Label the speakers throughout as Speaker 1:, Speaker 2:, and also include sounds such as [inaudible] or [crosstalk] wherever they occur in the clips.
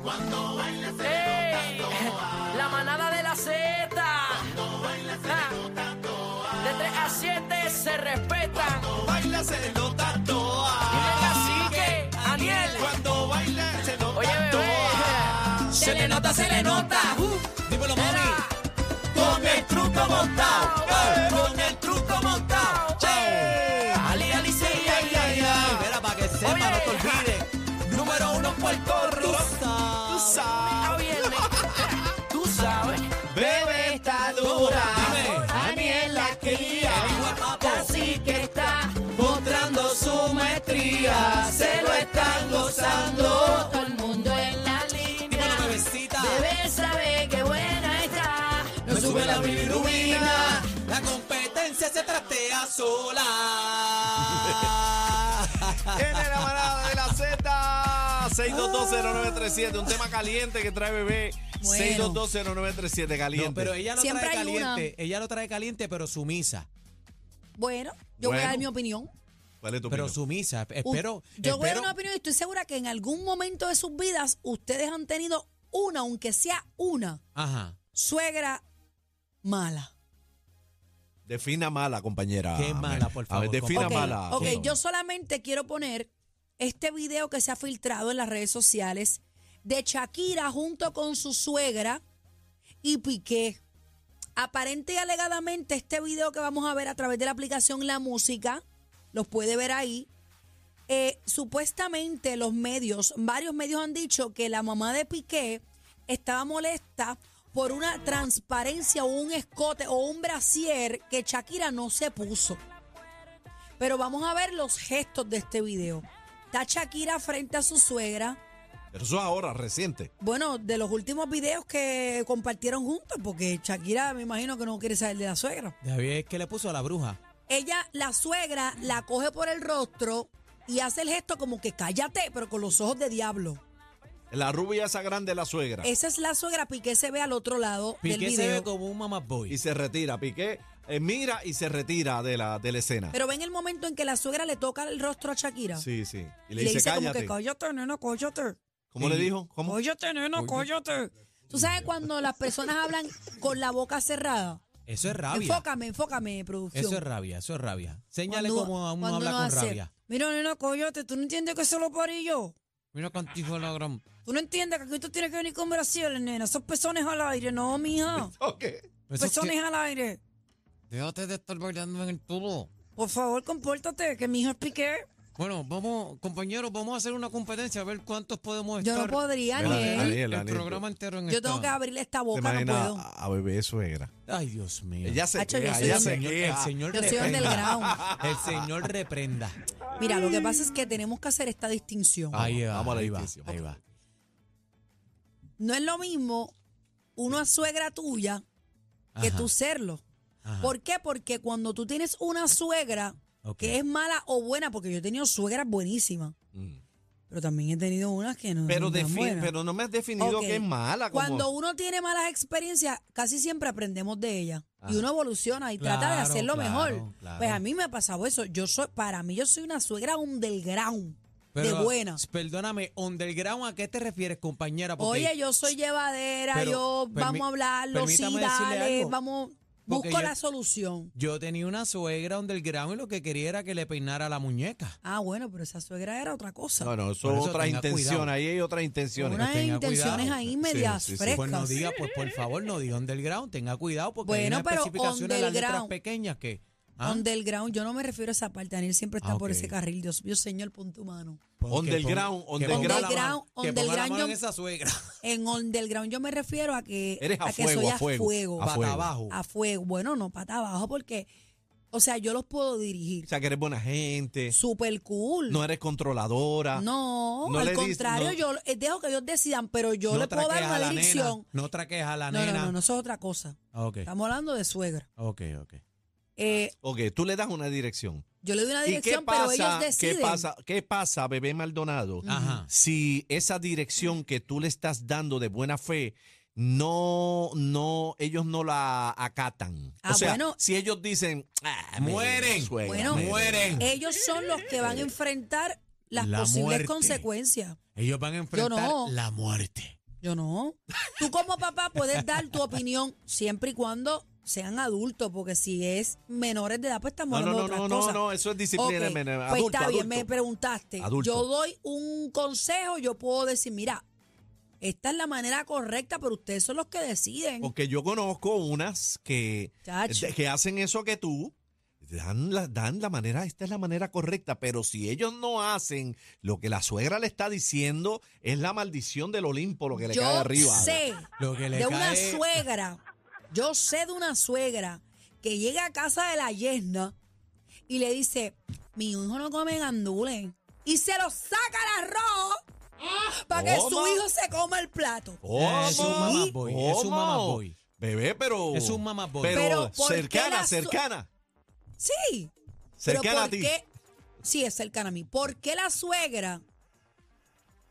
Speaker 1: Cuando baila se
Speaker 2: ¡Ey! La manada de la Z. Ah. De 3 a 7 se respetan.
Speaker 1: baila se nota toa.
Speaker 2: Dime cacique, Aniel.
Speaker 1: Cuando baila se nota
Speaker 2: Oye, bebé. Se le nota, se le nota.
Speaker 1: Uh,
Speaker 2: Uh,
Speaker 1: Dímelo,
Speaker 2: Era.
Speaker 1: Con el truco montado.
Speaker 2: Ey.
Speaker 1: Con el truco montado. Che.
Speaker 2: Ali, Ali, sí,
Speaker 1: Ay, ay, ay, ay. Mira, para que sepa,
Speaker 2: Oye.
Speaker 1: no te olvides. Número uno, Puerto Rico. Tú
Speaker 2: Ah,
Speaker 1: sabes. [laughs]
Speaker 2: viernes. Tú sabes.
Speaker 1: Bebé está dura.
Speaker 2: Aniel la cría. Casi que está.
Speaker 1: Mostrando su maestría. Se lo están gozando.
Speaker 2: Todo el mundo en la línea.
Speaker 1: Dímelo, bebecita.
Speaker 2: Bebé sabe que buena está.
Speaker 1: No sube la bilirrubina, la competencia se
Speaker 2: [laughs]
Speaker 1: trastea sola.
Speaker 3: En la manada de la Z. 6220937, un tema caliente que trae bebé.
Speaker 4: Bueno.
Speaker 3: 6220937, caliente.
Speaker 1: No, pero ella lo
Speaker 4: Siempre
Speaker 1: trae
Speaker 4: hay una.
Speaker 1: caliente, ella lo trae caliente, pero sumisa.
Speaker 4: Bueno, yo voy
Speaker 3: Bueno.
Speaker 4: a dar mi opinión.
Speaker 3: ¿Cuál es tu
Speaker 1: Pero
Speaker 3: opinión?
Speaker 1: sumisa,
Speaker 4: U-
Speaker 1: espero.
Speaker 4: yo voy a
Speaker 1: espero-
Speaker 4: dar una opinión y estoy segura que en algún momento de sus vidas ustedes han tenido una, aunque sea una,
Speaker 1: Ajá.
Speaker 4: suegra mala.
Speaker 3: Defina mala, compañera.
Speaker 1: Qué mala, por
Speaker 3: A ver,
Speaker 1: favor,
Speaker 3: defina
Speaker 4: Ok,
Speaker 1: compañera.
Speaker 3: mala.
Speaker 4: ok,
Speaker 1: Sí.
Speaker 4: yo solamente quiero poner este video que se ha filtrado en las redes sociales de Shakira junto con su suegra y Piqué. Aparente y alegadamente este video que vamos a ver a través de la aplicación La Música, los puede ver ahí. eh, supuestamente los medios, varios medios han dicho que la mamá de Piqué estaba molesta por una transparencia o un escote o un brasier que Shakira no se puso. Pero vamos a ver los gestos de este video. Está Shakira frente a su suegra.
Speaker 3: Pero eso es ahora, reciente.
Speaker 4: Bueno, de los últimos videos que compartieron juntos, porque Shakira me imagino que no quiere saber de la suegra.
Speaker 1: Ya vi, es que le puso a la bruja.
Speaker 4: Ella, la suegra, la coge por el rostro y hace el gesto como que cállate, pero con los ojos de diablo.
Speaker 3: La rubia esa grande, la suegra.
Speaker 4: Esa es la suegra, Piqué se ve al otro lado del
Speaker 1: Piqué se
Speaker 4: video.
Speaker 1: ve como un mamá boy.
Speaker 3: Y se retira. Piqué eh, mira y se retira de la, de la escena.
Speaker 4: Pero ven el momento en que la suegra le toca el rostro a Shakira.
Speaker 3: sí, sí. Y
Speaker 4: Y
Speaker 3: le, dice,
Speaker 4: como
Speaker 3: cállate.
Speaker 4: que
Speaker 3: ¿Cómo,
Speaker 4: cállate, nena, cállate.
Speaker 3: le dijo?
Speaker 1: Mm.
Speaker 3: ¿Cómo?
Speaker 4: Cóllate, nena, cóllate. Tú sabes cuando las personas hablan con la boca cerrada.
Speaker 1: Eso es rabia.
Speaker 4: Enfócame, enfócame, producción.
Speaker 1: Eso es rabia, eso es rabia. Señale
Speaker 4: Cuando-
Speaker 1: como uno
Speaker 4: cuando
Speaker 1: habla
Speaker 4: uno
Speaker 1: con
Speaker 4: hace,
Speaker 1: rabia.
Speaker 4: Mira, nena, cóllate, tú no entiendes que eso lo parí yo.
Speaker 1: Mira contigo la gran.
Speaker 4: Tú no entiendes que aquí tú tienes que venir con Brasil, nena. Esos pezones al aire, no, mija.
Speaker 3: [laughs] Ok.
Speaker 1: Eso
Speaker 4: Pues
Speaker 1: es que-
Speaker 4: Pezones al aire.
Speaker 1: Déjate de estar bailando en el tubo.
Speaker 4: Por favor, compórtate, que mi hijo es piqué.
Speaker 1: Bueno, vamos, compañeros, vamos a hacer una competencia a ver cuántos podemos
Speaker 4: Yo
Speaker 1: estar.
Speaker 4: no podría,
Speaker 3: Mira,
Speaker 4: Aniel.
Speaker 3: Aniel,
Speaker 1: El
Speaker 3: Aniel,
Speaker 1: programa entero en
Speaker 4: Yo tengo que
Speaker 1: esta-
Speaker 4: abrirle esta
Speaker 3: ¿Te
Speaker 4: boca, no
Speaker 3: imaginas
Speaker 4: puedo.
Speaker 3: a, a bebé suegra?
Speaker 1: Ay, Dios mío.
Speaker 3: Ella se
Speaker 4: Hacho, yo
Speaker 3: queja,
Speaker 4: soy
Speaker 3: ella
Speaker 4: un-
Speaker 1: el
Speaker 3: se
Speaker 1: señor, el
Speaker 3: queja.
Speaker 1: señor
Speaker 4: Yo soy
Speaker 1: reprenda.
Speaker 4: underground.
Speaker 1: [laughs] El señor reprenda.
Speaker 4: Mira, lo que pasa es que tenemos que hacer esta distinción.
Speaker 1: Ahí va,
Speaker 3: vamos a la
Speaker 1: ahí va,
Speaker 3: distinción.
Speaker 1: ahí va.
Speaker 4: No es lo mismo una suegra tuya que
Speaker 1: Ajá,
Speaker 4: tú serlo.
Speaker 1: ajá.
Speaker 4: ¿Por qué? Porque cuando tú tienes una suegra
Speaker 1: Ok.
Speaker 4: que es mala o buena, porque yo he tenido suegras buenísimas,
Speaker 3: Mm.
Speaker 4: pero también he tenido unas que no
Speaker 3: Pero,
Speaker 4: no tan
Speaker 3: defin-
Speaker 4: buenas.
Speaker 3: pero no me has definido
Speaker 4: Ok.
Speaker 3: que es mala. Como,
Speaker 4: Cuando uno tiene malas experiencias, casi siempre aprendemos de ellas. Y
Speaker 3: Ajá.
Speaker 4: uno evoluciona y trata de
Speaker 1: Claro,
Speaker 4: hacerlo
Speaker 1: claro,
Speaker 4: mejor.
Speaker 1: claro.
Speaker 4: Pues a mí me ha pasado eso. Yo soy, para mí, yo soy una suegra underground, de buena.
Speaker 1: Perdóname, underground, ¿a qué te refieres, compañera? Porque-
Speaker 4: Oye, yo soy llevadera,
Speaker 1: Pero,
Speaker 4: yo
Speaker 1: permi-
Speaker 4: vamos a hablarlo, sí,
Speaker 1: permítame decirle
Speaker 4: dale,
Speaker 1: algo.
Speaker 4: vamos,
Speaker 1: Porque
Speaker 4: busco
Speaker 1: yo-
Speaker 4: la solución.
Speaker 1: Yo tenía una suegra underground y lo que quería era que le peinara la muñeca.
Speaker 4: Ah, bueno, pero esa suegra era otra cosa.
Speaker 3: No, no, eso
Speaker 1: Por
Speaker 3: es
Speaker 1: eso
Speaker 3: otra
Speaker 1: tenga
Speaker 3: intención.
Speaker 1: cuidado.
Speaker 3: Ahí hay otras intenciones.
Speaker 4: Unas
Speaker 1: tenga
Speaker 4: intenciones
Speaker 1: cuidado.
Speaker 4: ahí
Speaker 3: Sí,
Speaker 4: medias
Speaker 3: sí, sí.
Speaker 4: frescas.
Speaker 1: Pues no diga, pues por favor, no diga underground, tenga cuidado porque hay
Speaker 4: Bueno,
Speaker 1: una
Speaker 4: pero
Speaker 1: especificación en las letras
Speaker 4: underground.
Speaker 1: pequeñas que... ¿ah?
Speaker 4: Underground, yo no me refiero a esa parte, Daniel siempre está
Speaker 1: Ah,
Speaker 4: por
Speaker 1: ok.
Speaker 4: ese carril, Dios mío, señor, punto humano.
Speaker 1: Porque
Speaker 3: Underground,
Speaker 1: pon- que
Speaker 3: underground.
Speaker 1: ponga la mano-
Speaker 4: Underground,
Speaker 1: que ponga la
Speaker 4: underground,
Speaker 1: mano en
Speaker 4: yo-
Speaker 1: esa
Speaker 3: [laughs]
Speaker 1: suegra.
Speaker 4: En underground yo me refiero a que,
Speaker 3: Eres a
Speaker 4: que
Speaker 3: fuego,
Speaker 4: soy
Speaker 3: a fuego, a
Speaker 1: Pata
Speaker 3: fuego.
Speaker 1: abajo.
Speaker 4: a fuego. Bueno, no pata abajo porque, o sea, yo los puedo
Speaker 3: O
Speaker 4: dirigir.
Speaker 3: sea, que eres buena gente,
Speaker 4: Super cool.
Speaker 3: no eres controladora.
Speaker 4: No,
Speaker 3: Ah, No
Speaker 4: al
Speaker 3: le dis-
Speaker 4: contrario,
Speaker 3: no-
Speaker 4: yo eh, dejo que ellos decidan, pero yo
Speaker 1: no
Speaker 4: le puedo dar
Speaker 1: traquees a
Speaker 4: una
Speaker 1: la nena.
Speaker 4: dirección.
Speaker 1: No traquees a la
Speaker 4: No, no,
Speaker 1: nena.
Speaker 4: no, no, eso es otra cosa.
Speaker 1: Ok,
Speaker 4: Estamos hablando de suegra.
Speaker 1: ok, ok.
Speaker 4: Eh,
Speaker 3: Ok, tú le das una dirección.
Speaker 4: yo le doy una
Speaker 3: ¿Y qué
Speaker 4: dirección, pero
Speaker 3: pasa,
Speaker 4: ellos deciden. Ah.
Speaker 3: qué pasa, qué pasa, bebé Maldonado,
Speaker 1: Ajá.
Speaker 3: si esa dirección que tú le estás dando de buena fe, no, no, ellos no la acatan?
Speaker 4: Ah,
Speaker 3: o sea,
Speaker 4: bueno.
Speaker 3: si ellos dicen, "Ah,
Speaker 1: Mueren.
Speaker 3: suegra,
Speaker 4: Bueno,
Speaker 3: mueren.
Speaker 1: Mueren.
Speaker 4: Ellos son los que van a enfrentar las
Speaker 1: La
Speaker 4: posibles
Speaker 1: muerte.
Speaker 4: consecuencias.
Speaker 1: Ellos van a enfrentar
Speaker 4: no.
Speaker 1: la muerte.
Speaker 4: Yo no. Tú como papá puedes dar tu opinión siempre y cuando sean adultos, porque si es menores de edad, pues estamos
Speaker 3: No, no,
Speaker 4: hablando
Speaker 3: no,
Speaker 4: de
Speaker 3: no,
Speaker 4: otras
Speaker 3: no,
Speaker 4: cosas.
Speaker 3: no, eso es
Speaker 4: Ok,
Speaker 3: disciplina. men- eh,
Speaker 4: pues
Speaker 3: adulto,
Speaker 4: está bien, me
Speaker 3: adulto.
Speaker 4: preguntaste.
Speaker 3: Adulto.
Speaker 4: Yo doy un consejo, yo puedo decir, mira, esta es la manera correcta, pero ustedes son los que deciden.
Speaker 3: Porque yo conozco unas que,
Speaker 4: Chacho.
Speaker 3: de- que hacen eso que tú, dan la, dan la manera, esta es la manera correcta, pero si ellos no hacen lo que la suegra le está diciendo, es la maldición del Olimpo lo que le
Speaker 4: yo
Speaker 3: cae arriba.
Speaker 4: sé
Speaker 1: Lo que le
Speaker 4: de una
Speaker 1: cae-
Speaker 4: suegra, yo sé de una suegra que llega a casa de la yesna y le dice, mi hijo no come gandules. Y se lo saca el arroz para que su
Speaker 3: ¿Cómo?
Speaker 4: hijo se coma el plato.
Speaker 3: ¿Cómo?
Speaker 1: Es un mamá boy, es un mamá
Speaker 3: ¿Cómo?
Speaker 1: boy.
Speaker 3: Bebé, pero.
Speaker 1: Es un mamá boy.
Speaker 3: Pero,
Speaker 4: Pero, ¿por qué la
Speaker 3: cercana,
Speaker 4: su-
Speaker 3: cercana.
Speaker 4: Sí.
Speaker 3: Cercana
Speaker 4: Pero
Speaker 3: a ti.
Speaker 4: qué- Sí, es cercana a mí. ¿Por qué la suegra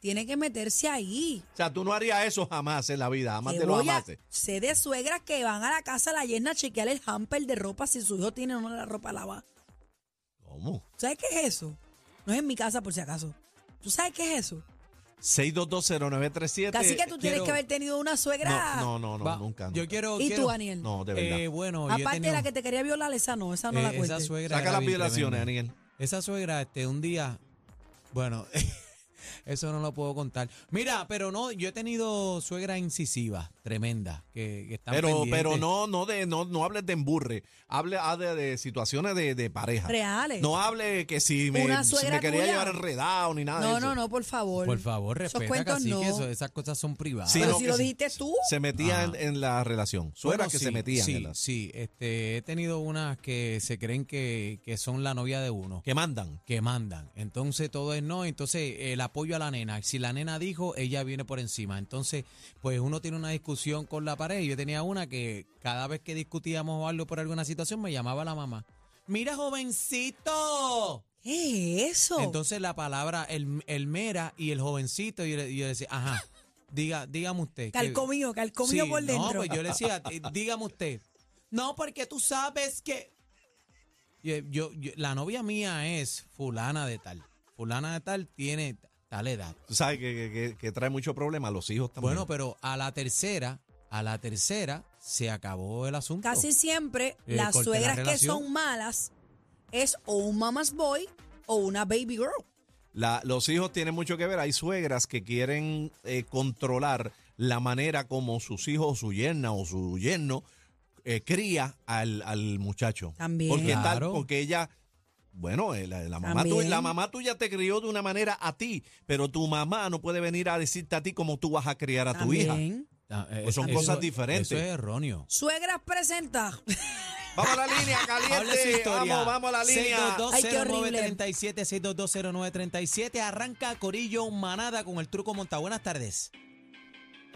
Speaker 4: tiene que meterse ahí?
Speaker 3: O sea, tú no harías eso jamás en la vida, jamás
Speaker 4: Que
Speaker 3: te lo
Speaker 4: voy a-
Speaker 3: amaste.
Speaker 4: sé de suegras que van a la casa de la llena a chequear el hamper de ropa si su hijo tiene o no la ropa lavada.
Speaker 3: ¿Cómo?
Speaker 4: ¿Sabes qué es eso? No es en mi casa, por si acaso. ¿Tú sabes qué es eso?
Speaker 3: 6220937.
Speaker 4: Casi que tú tienes
Speaker 1: quiero-
Speaker 4: que haber tenido una suegra.
Speaker 3: Este, No, no, no, no,
Speaker 1: Va,
Speaker 3: nunca.
Speaker 1: Yo
Speaker 3: nunca.
Speaker 1: quiero.
Speaker 4: ¿Y
Speaker 1: quiero-
Speaker 4: tú, Daniel?
Speaker 3: No, de verdad.
Speaker 1: Eh, bueno, yo he
Speaker 4: Aparte de la
Speaker 1: tenido-
Speaker 4: que te quería violar, esa no, esa no
Speaker 1: Eh,
Speaker 4: la cuento.
Speaker 1: esa suegra
Speaker 3: Saca
Speaker 1: era
Speaker 3: las
Speaker 1: bien
Speaker 3: violaciones,
Speaker 1: tremenda.
Speaker 3: Daniel.
Speaker 1: Esa suegra, este, un día, bueno, [laughs] eso no lo puedo contar. Mira, pero no, yo he tenido suegra incisiva, tremenda, que, que están
Speaker 3: Pero, pero
Speaker 1: pendientes.
Speaker 3: no, no, de, no, no hables de emburre. Hable, hable de, de situaciones de, de pareja.
Speaker 4: Reales.
Speaker 3: No hable que si me,
Speaker 4: Una
Speaker 3: si
Speaker 4: suegra
Speaker 3: me quería
Speaker 4: tuya.
Speaker 3: llevar enredado ni nada de
Speaker 4: no,
Speaker 3: Ah, eso.
Speaker 4: no, no, por favor.
Speaker 1: Por favor, respeta,
Speaker 4: Esos cuentos
Speaker 1: cacique,
Speaker 4: no.
Speaker 1: eso- esas cosas son privadas.
Speaker 3: Sí,
Speaker 4: Pero
Speaker 3: no,
Speaker 4: si
Speaker 3: que
Speaker 4: lo
Speaker 3: se-
Speaker 4: dijiste tú.
Speaker 3: Se metían
Speaker 1: Ajá.
Speaker 3: en, la relación. Suegra
Speaker 1: Ah. Bueno,
Speaker 3: que
Speaker 1: sí,
Speaker 3: se metían
Speaker 1: Sí,
Speaker 3: en la-
Speaker 1: sí, este, he tenido unas que se creen que, que son la novia de uno.
Speaker 3: Que mandan.
Speaker 1: que mandan. Entonces todo es no, entonces el apoyo a la nena. Si la nena dijo, ella viene por encima. Entonces, pues uno tiene una discusión con la pareja. Yo tenía una que cada vez que discutíamos o algo por alguna situación me llamaba la mamá. Mira, jovencito.
Speaker 4: ¿Qué es eso?
Speaker 1: Entonces la palabra el, el mera y el jovencito, y yo, le- yo decía, ajá, diga, dígame usted. que-
Speaker 4: calcomido, calcomido
Speaker 1: Sí,
Speaker 4: por
Speaker 1: No,
Speaker 4: dentro.
Speaker 1: pues yo le
Speaker 4: [laughs]
Speaker 1: decía, eh, dígame usted. No, porque tú sabes que. Yo, yo- yo- la novia mía es fulana de tal. Fulana de tal tiene tal edad.
Speaker 3: Tú sabes que, que- que- que trae mucho problema a los hijos también.
Speaker 1: Bueno, pero a la tercera, a la tercera se acabó el asunto.
Speaker 4: Casi siempre
Speaker 1: Eh,
Speaker 4: las
Speaker 1: corté la
Speaker 4: suegras que
Speaker 1: relación.
Speaker 4: son malas es o un mama's boy o una baby girl.
Speaker 3: La- los hijos tienen mucho que ver. Hay suegras que quieren eh, controlar la manera como sus hijos, su yerna o su yerno eh, cría al, al muchacho.
Speaker 4: También.
Speaker 3: Porque, tal-
Speaker 1: Claro.
Speaker 3: porque ella, bueno, eh, la, la mamá
Speaker 4: También.
Speaker 3: tuya, la mamá tuya te crió de una manera a ti, pero tu mamá no puede venir a decirte a ti cómo tú vas a criar a tu hija.
Speaker 4: También.
Speaker 1: Ah, eh,
Speaker 3: Pues son cosas diferentes.
Speaker 1: Eso es erróneo.
Speaker 4: Suegras presenta.
Speaker 3: Vamos a
Speaker 1: [laughs]
Speaker 3: la línea,
Speaker 1: Habla su
Speaker 3: caliente.
Speaker 1: historia.
Speaker 3: Vamos, vamos a la línea.
Speaker 1: 6220937,
Speaker 4: Ay, qué horrible.
Speaker 1: 6220937. Arranca Corillo Manada con el truco monta. Buenas tardes.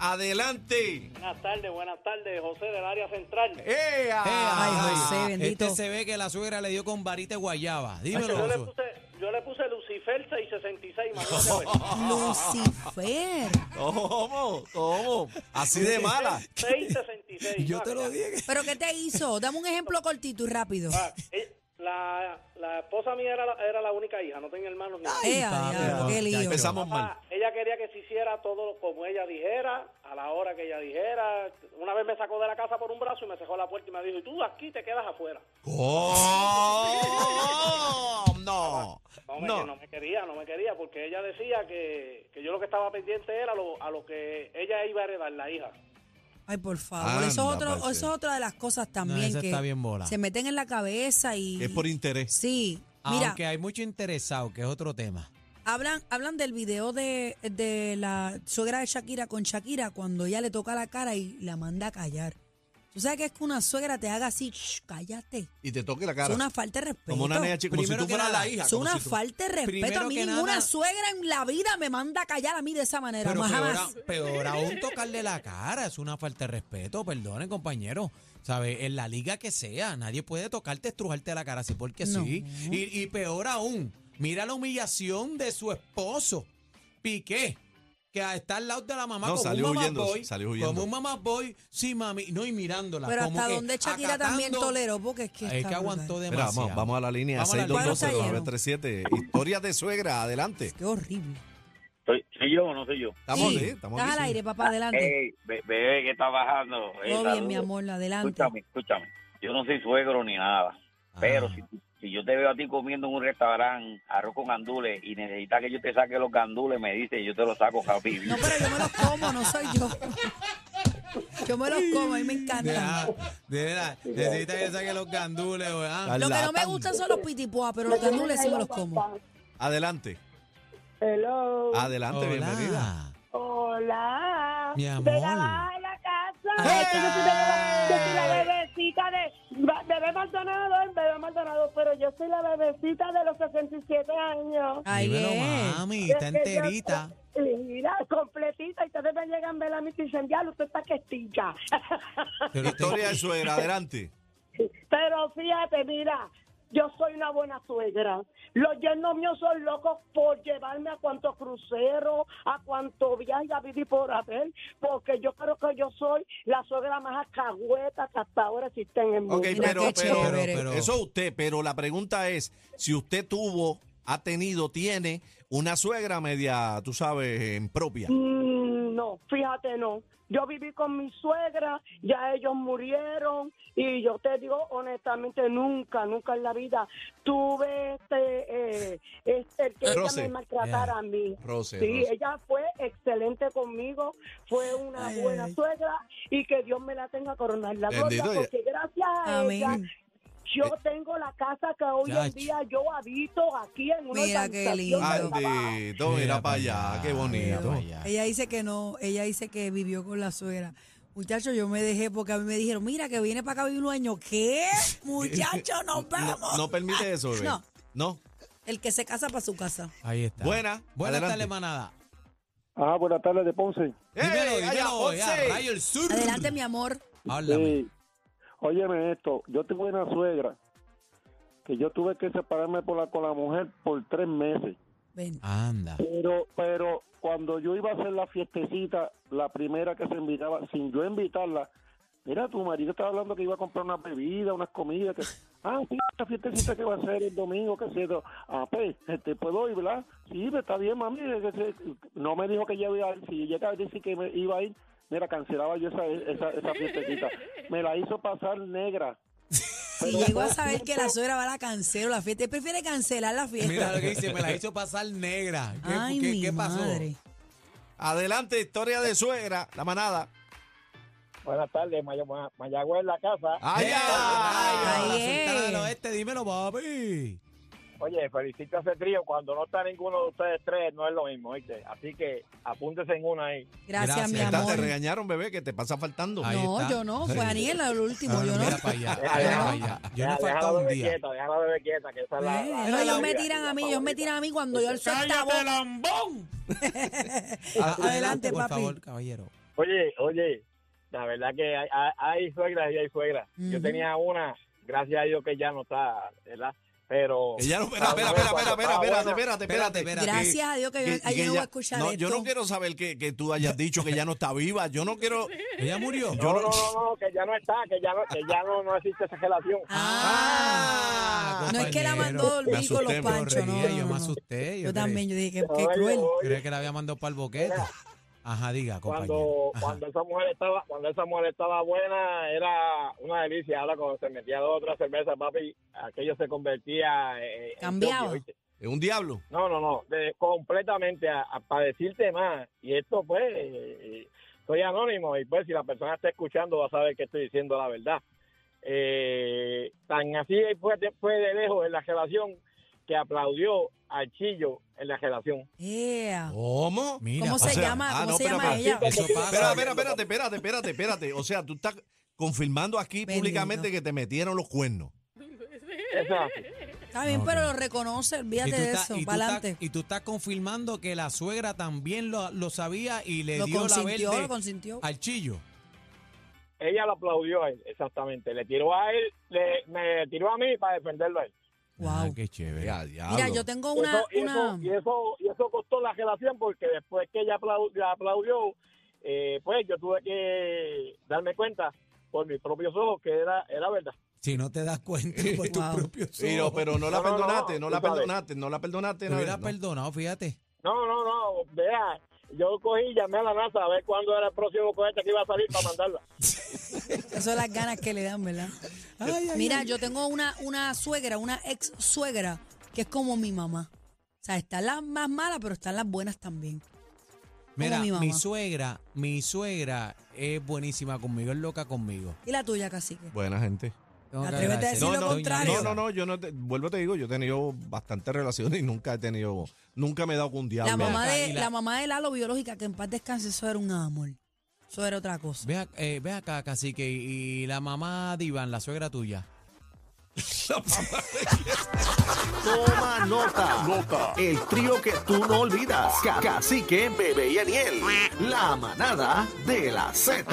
Speaker 3: Adelante.
Speaker 5: Buenas tardes, buenas tardes, José del área central.
Speaker 1: Eh,
Speaker 3: ¡Ea!
Speaker 4: Ay,
Speaker 1: ay,
Speaker 4: José,
Speaker 1: ay.
Speaker 4: bendito.
Speaker 1: Este se ve que la suegra le dio con varita de guayaba.
Speaker 5: Yo
Speaker 1: Dímelo.
Speaker 5: le,
Speaker 1: Josué.
Speaker 5: puse, yo le puse Lucifer 666, imagínate, pues.
Speaker 4: Lucifer.
Speaker 3: ¿Cómo? ¿Cómo? Así de mala.
Speaker 5: 666.
Speaker 1: Yo te lo
Speaker 5: madre.
Speaker 1: dije.
Speaker 4: ¿Pero qué te hizo? Dame un ejemplo cortito y rápido.
Speaker 5: Ah, eh, La, la esposa mía era la, era la única hija, no tenía hermanos ni nada.
Speaker 4: Ea,
Speaker 1: papi,
Speaker 4: diablo, qué
Speaker 1: ya
Speaker 4: lío.
Speaker 3: empezamos. estamos mal.
Speaker 5: Ah, Ella quería que se hiciera todo como ella dijera, a la hora que ella dijera. Una vez me sacó de la casa por un brazo y me cerró la puerta y me dijo, y tú aquí te quedas afuera.
Speaker 3: ¡Oh! No.
Speaker 5: No, me, que no
Speaker 3: No.
Speaker 5: me quería, no me quería, porque ella decía que, que yo lo que estaba pendiente era lo- a lo que ella iba a heredar, la hija.
Speaker 4: Ay, por favor. Eso es,
Speaker 3: Anda,
Speaker 4: otro-
Speaker 3: parece.
Speaker 4: eso es otra de las cosas también
Speaker 1: esa
Speaker 4: que
Speaker 1: está bien bola.
Speaker 4: se meten en la cabeza y...
Speaker 3: Es por interés.
Speaker 4: Sí. Mira,
Speaker 1: Aunque hay mucho interesado, que es otro tema.
Speaker 4: hablan, hablan del video de, de la suegra de Shakira con Shakira cuando ella le toca la cara y la manda a callar. ¿Tú sabes que es que una suegra te haga así, "Shh, cállate?
Speaker 3: Y te toque la
Speaker 4: Es
Speaker 3: cara.
Speaker 4: una falta de respeto.
Speaker 3: Como una nena chica, como si
Speaker 1: Primero
Speaker 3: tú
Speaker 1: que
Speaker 3: fueras
Speaker 1: nada,
Speaker 3: la hija.
Speaker 4: Es
Speaker 3: como
Speaker 4: una
Speaker 3: si tú-
Speaker 4: falta de respeto. A
Speaker 1: Primero
Speaker 4: mí
Speaker 1: que
Speaker 4: ninguna
Speaker 1: nada-
Speaker 4: suegra en la vida me manda a callar a mí de esa manera.
Speaker 1: Pero
Speaker 4: más
Speaker 1: peor,
Speaker 4: jamás.
Speaker 1: a- peor aún tocarle la cara, es una falta de respeto, perdonen compañero. ¿Sabes? En la liga que sea, nadie puede tocarte, estrujarte la cara así porque
Speaker 4: No.
Speaker 1: sí. Y, y peor aún, mira la humillación de su esposo, Piqué. que está al lado de la mamá
Speaker 3: No,
Speaker 1: como
Speaker 3: salió
Speaker 1: un mamá
Speaker 3: huyendo,
Speaker 1: boy,
Speaker 3: salió huyendo.
Speaker 1: como un mamá boy, sí mami, no y mirándola.
Speaker 4: Pero
Speaker 1: como
Speaker 4: hasta
Speaker 1: que
Speaker 4: donde Shakira también
Speaker 1: acatando-
Speaker 4: toleró, porque es que
Speaker 1: Es
Speaker 4: está
Speaker 1: que aguantó
Speaker 4: brutal.
Speaker 3: Mira,
Speaker 1: demasiado.
Speaker 3: vamos, vamos a la línea
Speaker 1: Vamos a la
Speaker 4: línea.
Speaker 3: 6220937. Historias de suegra, adelante.
Speaker 4: Qué horrible.
Speaker 6: ¿Soy, soy yo o no soy yo?
Speaker 3: Estamos
Speaker 4: Sí,
Speaker 3: ahí, estamos
Speaker 4: Estás al
Speaker 3: aquí, sí.
Speaker 4: aire, papá, adelante.
Speaker 6: Ey, be- bebé, que está bajando. Ey,
Speaker 4: Todo bien,
Speaker 6: Eh, saludos.
Speaker 4: mi amor, adelante.
Speaker 6: Escúchame, escúchame. Yo no soy suegro ni nada.
Speaker 1: Ah,
Speaker 6: Pero si, si yo te veo a ti comiendo en un restaurante arroz con gandules y necesitas que yo te saque los gandules, me dice, yo te los saco, Javi.
Speaker 4: No, pero yo me los como, no soy yo. Yo me los como, a mí me encantan.
Speaker 1: deja- deja- necesita que saque los gandules, weón.
Speaker 3: Dale.
Speaker 4: Lo que no me
Speaker 3: Latán.
Speaker 4: gustan son los pitipoas, pero los gandules sí me los como.
Speaker 3: Adelante.
Speaker 7: Hello.
Speaker 3: Adelante,
Speaker 1: Hola.
Speaker 3: bienvenida.
Speaker 7: Hola.
Speaker 1: Mi amor.
Speaker 7: De la baja de la casa.
Speaker 1: Ay.
Speaker 7: Yo soy de la- Yo soy la bebecita de bebé Maldonado, el bebé Maldonado, pero yo soy la bebecita de los 67 años.
Speaker 4: Ay,
Speaker 1: Dímelo,
Speaker 4: bien.
Speaker 1: mami, está
Speaker 7: Es que yo-
Speaker 1: enterita.
Speaker 7: Mira, completita. Y ustedes me llegan a ver a mí y dicen, diablo, usted está que [laughs] estilla.
Speaker 1: Pero te-
Speaker 3: Historia de suegra, adelante.
Speaker 7: Pero fíjate, mira, yo soy una buena suegra. Los yernos míos son locos por llevarme a cuanto crucero, a cuanto viaje a vivir por haber, porque yo creo que yo soy la suegra más acagüeta que hasta ahora existe en el mundo.
Speaker 3: Ok,
Speaker 4: Mira,
Speaker 3: pero,
Speaker 4: qué
Speaker 3: pero-
Speaker 4: chévere.
Speaker 3: pero- eso usted, pero la pregunta es, si usted tuvo, ha tenido, tiene una suegra media, tú sabes, en propia.
Speaker 7: Mm, no, fíjate, no. Yo viví con mi suegra, ya ellos murieron y yo te digo honestamente, nunca, nunca en la vida tuve este, eh, este que ella
Speaker 3: Roce.
Speaker 7: me maltratara
Speaker 1: Yeah.
Speaker 7: a mí.
Speaker 3: Rose,
Speaker 7: Sí,
Speaker 3: Rose.
Speaker 7: ella fue excelente conmigo, fue una
Speaker 4: Ay,
Speaker 7: buena
Speaker 4: ay.
Speaker 7: suegra y que Dios me la tenga coronar la
Speaker 3: Bendito
Speaker 7: gloria,
Speaker 3: ella.
Speaker 7: porque gracias a ella
Speaker 4: Amén.
Speaker 7: yo tengo la casa que hoy en
Speaker 1: Chacho.
Speaker 7: día yo habito aquí en una
Speaker 4: Mira qué
Speaker 7: organización
Speaker 4: lindo.
Speaker 7: de trabajo.
Speaker 3: Maldito, mira para allá, qué
Speaker 1: mira
Speaker 3: bonito.
Speaker 1: para allá.
Speaker 4: Ella dice que no, ella dice que vivió con la suegra. Muchacho, yo me dejé porque a mí me dijeron, mira que viene para acá a vivir un año. ¿Qué? Muchacho, nos vamos. Ah,
Speaker 3: No, no permite eso, bebé.
Speaker 4: No.
Speaker 3: No.
Speaker 4: El que se casa para su casa.
Speaker 1: Ahí está.
Speaker 3: Buena,
Speaker 1: Buenas
Speaker 3: adelante.
Speaker 1: tardes, manada.
Speaker 8: Ah, buenas tardes de Ponce.
Speaker 1: Dímelo,
Speaker 3: ¡Ey, allá,
Speaker 1: dímelo,
Speaker 3: Ponce!
Speaker 1: ya, Rayo el Sur.
Speaker 4: Adelante, mi amor.
Speaker 1: Háblame.
Speaker 8: Sí. Óyeme esto, yo tuve una suegra que yo tuve que separarme por la, con la mujer por tres meses.
Speaker 4: Ven.
Speaker 1: Anda.
Speaker 8: Pero, pero cuando yo iba a hacer la fiestecita, la primera que se invitaba, sin yo invitarla, mira, tu marido estaba hablando que iba a comprar unas bebidas, unas comidas, que, ah, sí, la fiestecita que va a hacer el domingo, que sé yo. Ah, pues, este, puedo ir, ¿verdad? Sí, pues, está bien, mami. que se- No me dijo que yo iba a ir, si llegaba a decir que me iba a ir, mira, cancelaba yo esa, esa, esa fiestecita. Me la hizo pasar negra.
Speaker 4: Si llego a saber que la suegra va a la cancelo la fiesta, él prefiere cancelar la fiesta.
Speaker 1: Mira lo que dice, me la hizo pasar negra. ¿Qué,
Speaker 4: Ay,
Speaker 1: qué-
Speaker 4: mi
Speaker 1: qué pasó?
Speaker 4: madre.
Speaker 3: Adelante, historia de suegra, la manada.
Speaker 8: Buenas tardes, Mayagüez en la casa.
Speaker 3: Allá,
Speaker 1: Ay,
Speaker 4: Ahí
Speaker 1: la Sultana
Speaker 4: es.
Speaker 1: del Oeste, dímelo, papi.
Speaker 8: Oye, felicito a ese trío. Cuando no está ninguno de ustedes tres, no es lo mismo, ¿oíste? Así que apúntese en una ahí.
Speaker 4: Gracias,
Speaker 1: Gracias.
Speaker 4: mi
Speaker 1: Está
Speaker 3: Esta, te
Speaker 4: amor.
Speaker 3: regañaron, bebé, que te pasa faltando.
Speaker 1: Ahí
Speaker 4: no,
Speaker 1: está.
Speaker 4: yo no. Fue Aniel el último,
Speaker 1: Ah,
Speaker 4: yo no.
Speaker 1: Mira para
Speaker 4: [laughs]
Speaker 1: allá, mira para allá. Yo no he
Speaker 8: Deja- déjala
Speaker 1: faltado un
Speaker 8: beber
Speaker 1: día.
Speaker 8: Quieta, déjala beber quieta, que esa es la-
Speaker 4: Eh,
Speaker 8: la-
Speaker 4: no,
Speaker 8: la-
Speaker 4: ellos
Speaker 8: la-
Speaker 4: me
Speaker 8: la-
Speaker 4: tiran
Speaker 8: la
Speaker 4: a mí, ellos me
Speaker 8: favorita.
Speaker 4: tiran a mí cuando yo alzo esta voz.
Speaker 1: lambón!
Speaker 4: Adelante,
Speaker 1: Ah, por
Speaker 4: papi.
Speaker 1: favor, caballero.
Speaker 8: Oye, oye, la verdad que hay, hay, hay suegras y hay suegras. Yo
Speaker 4: Ujú.
Speaker 8: tenía una, gracias a Dios que ya no está, ¿verdad? Pero...
Speaker 3: Que ya no, espera, espera, espera, espera, espera, espérate, espérate, espérate, espérate.
Speaker 4: Gracias a Dios que yo- ay, yo no voy a
Speaker 3: ya-
Speaker 4: escuchar
Speaker 3: no, Yo
Speaker 4: esto.
Speaker 3: no quiero saber que, que tú hayas dicho que ya no está viva. Yo no quiero.
Speaker 1: Ella murió.
Speaker 8: No, no, no, no, que ya no está, que ya no, que ya no, no existe esa relación.
Speaker 4: Ah,
Speaker 1: Ah,
Speaker 4: no es que la
Speaker 1: compañero.
Speaker 4: mandó a dormir
Speaker 3: Me
Speaker 4: con los
Speaker 3: asusté, me
Speaker 4: panchos, no,
Speaker 1: reía,
Speaker 4: no,
Speaker 1: yo me
Speaker 4: no.
Speaker 1: asusté, yo
Speaker 4: Yo también, yo dije que qué
Speaker 8: Oye,
Speaker 4: cruel.
Speaker 8: oye,
Speaker 1: Creía que la había mandado para el boquete. Ajá, diga, compañero.
Speaker 8: cuando cuando esa mujer estaba cuando esa mujer estaba buena era una delicia ahora cuando se metía dos o tres cervezas papi aquello se convertía eh, en
Speaker 4: Cambiaba.
Speaker 8: yoyo, ¿oíste?
Speaker 3: Es un diablo.
Speaker 8: no no no de- completamente a, a- para decirte más y esto pues eh, soy anónimo y pues si la persona está escuchando va a saber que estoy diciendo la verdad Eh, tan así fue de, fue de lejos en la relación que aplaudió al chillo en la relación
Speaker 4: Ea.
Speaker 3: ¿Cómo?
Speaker 1: Oh, Mira,
Speaker 4: ¿Cómo
Speaker 1: o
Speaker 4: se
Speaker 1: sea,
Speaker 4: llama?
Speaker 3: ah,
Speaker 4: ¿Cómo
Speaker 3: no,
Speaker 4: se
Speaker 3: pero
Speaker 4: llama
Speaker 3: espera,
Speaker 4: ella?
Speaker 1: Eso
Speaker 3: Espera,
Speaker 1: pasa.
Speaker 3: espera, espérate, espérate, espérate, espérate. O sea, tú estás confirmando aquí
Speaker 4: Bendito.
Speaker 3: públicamente que te metieron los cuernos.
Speaker 8: Eso es así.
Speaker 4: Está bien,
Speaker 1: Ok.
Speaker 4: pero lo reconoce,
Speaker 1: Y tú,
Speaker 4: olvídate de
Speaker 1: estás-
Speaker 4: eso,
Speaker 1: y tú
Speaker 4: para
Speaker 1: estás-
Speaker 4: adelante.
Speaker 1: y tú estás confirmando que la suegra también lo, lo sabía y le
Speaker 4: Lo
Speaker 1: dio
Speaker 4: consintió,
Speaker 1: la
Speaker 4: lo
Speaker 1: verde
Speaker 4: consintió.
Speaker 1: al chillo.
Speaker 8: ella lo aplaudió a él, exactamente. Le tiró a él, le, me tiró a mí para defenderlo a él.
Speaker 4: Wow.
Speaker 1: Ah, qué chévere.
Speaker 9: Ya,
Speaker 4: Mira,
Speaker 9: diablo.
Speaker 4: yo tengo una,
Speaker 8: eso, y
Speaker 4: una-
Speaker 8: eso- y, eso, y eso costó la relación porque después que ella aplau- la aplaudió, eh, pues yo tuve que darme cuenta por mis propios ojos que era, era verdad.
Speaker 1: Si no te das cuenta por tus
Speaker 4: Wow.
Speaker 1: propios
Speaker 9: Pero,
Speaker 1: ojos.
Speaker 9: pero no la
Speaker 8: No, no, no,
Speaker 9: perdonaste, no la
Speaker 8: tú sabes.
Speaker 9: perdonaste, no la perdonaste.
Speaker 1: Te
Speaker 9: nada,
Speaker 1: hubiera
Speaker 9: ¿no?
Speaker 1: perdonado, fíjate.
Speaker 8: No, no, no, vea, yo cogí y llamé a la NASA a ver cuándo era el próximo cohete que iba a salir para mandarla.
Speaker 4: Esas son las ganas que le dan, ¿verdad? Mira, yo tengo una, una suegra, una ex suegra, que es como mi mamá. O sea, están las más malas, pero están las buenas también.
Speaker 1: Mira,
Speaker 4: mi
Speaker 1: mi,
Speaker 4: mamá.
Speaker 1: suegra, mi suegra es buenísima conmigo, es loca conmigo.
Speaker 4: ¿Y la tuya, cacique?
Speaker 9: Buena gente.
Speaker 1: Tengo que
Speaker 4: Atrévete a
Speaker 1: agradecer.
Speaker 4: decir lo
Speaker 1: Doña
Speaker 4: contrario.
Speaker 1: Lola.
Speaker 9: No, no, no, yo no te, vuelvo te digo, yo he tenido bastantes relaciones y nunca he tenido, nunca me he dado con un diablo.
Speaker 4: La mamá,
Speaker 1: acá,
Speaker 4: de,
Speaker 1: y
Speaker 4: la...
Speaker 1: la-
Speaker 4: mamá de Lalo biológica, que en paz descanse, eso era un amor. Eso era otra cosa.
Speaker 1: Ve, ac- eh, ve acá, cacique, y y la mamá de Iván, la suegra tuya.
Speaker 3: Toma nota. Nota. El trío que tú no olvidas. Ca- Cacique, Bebé y Aniel. La manada de la Z.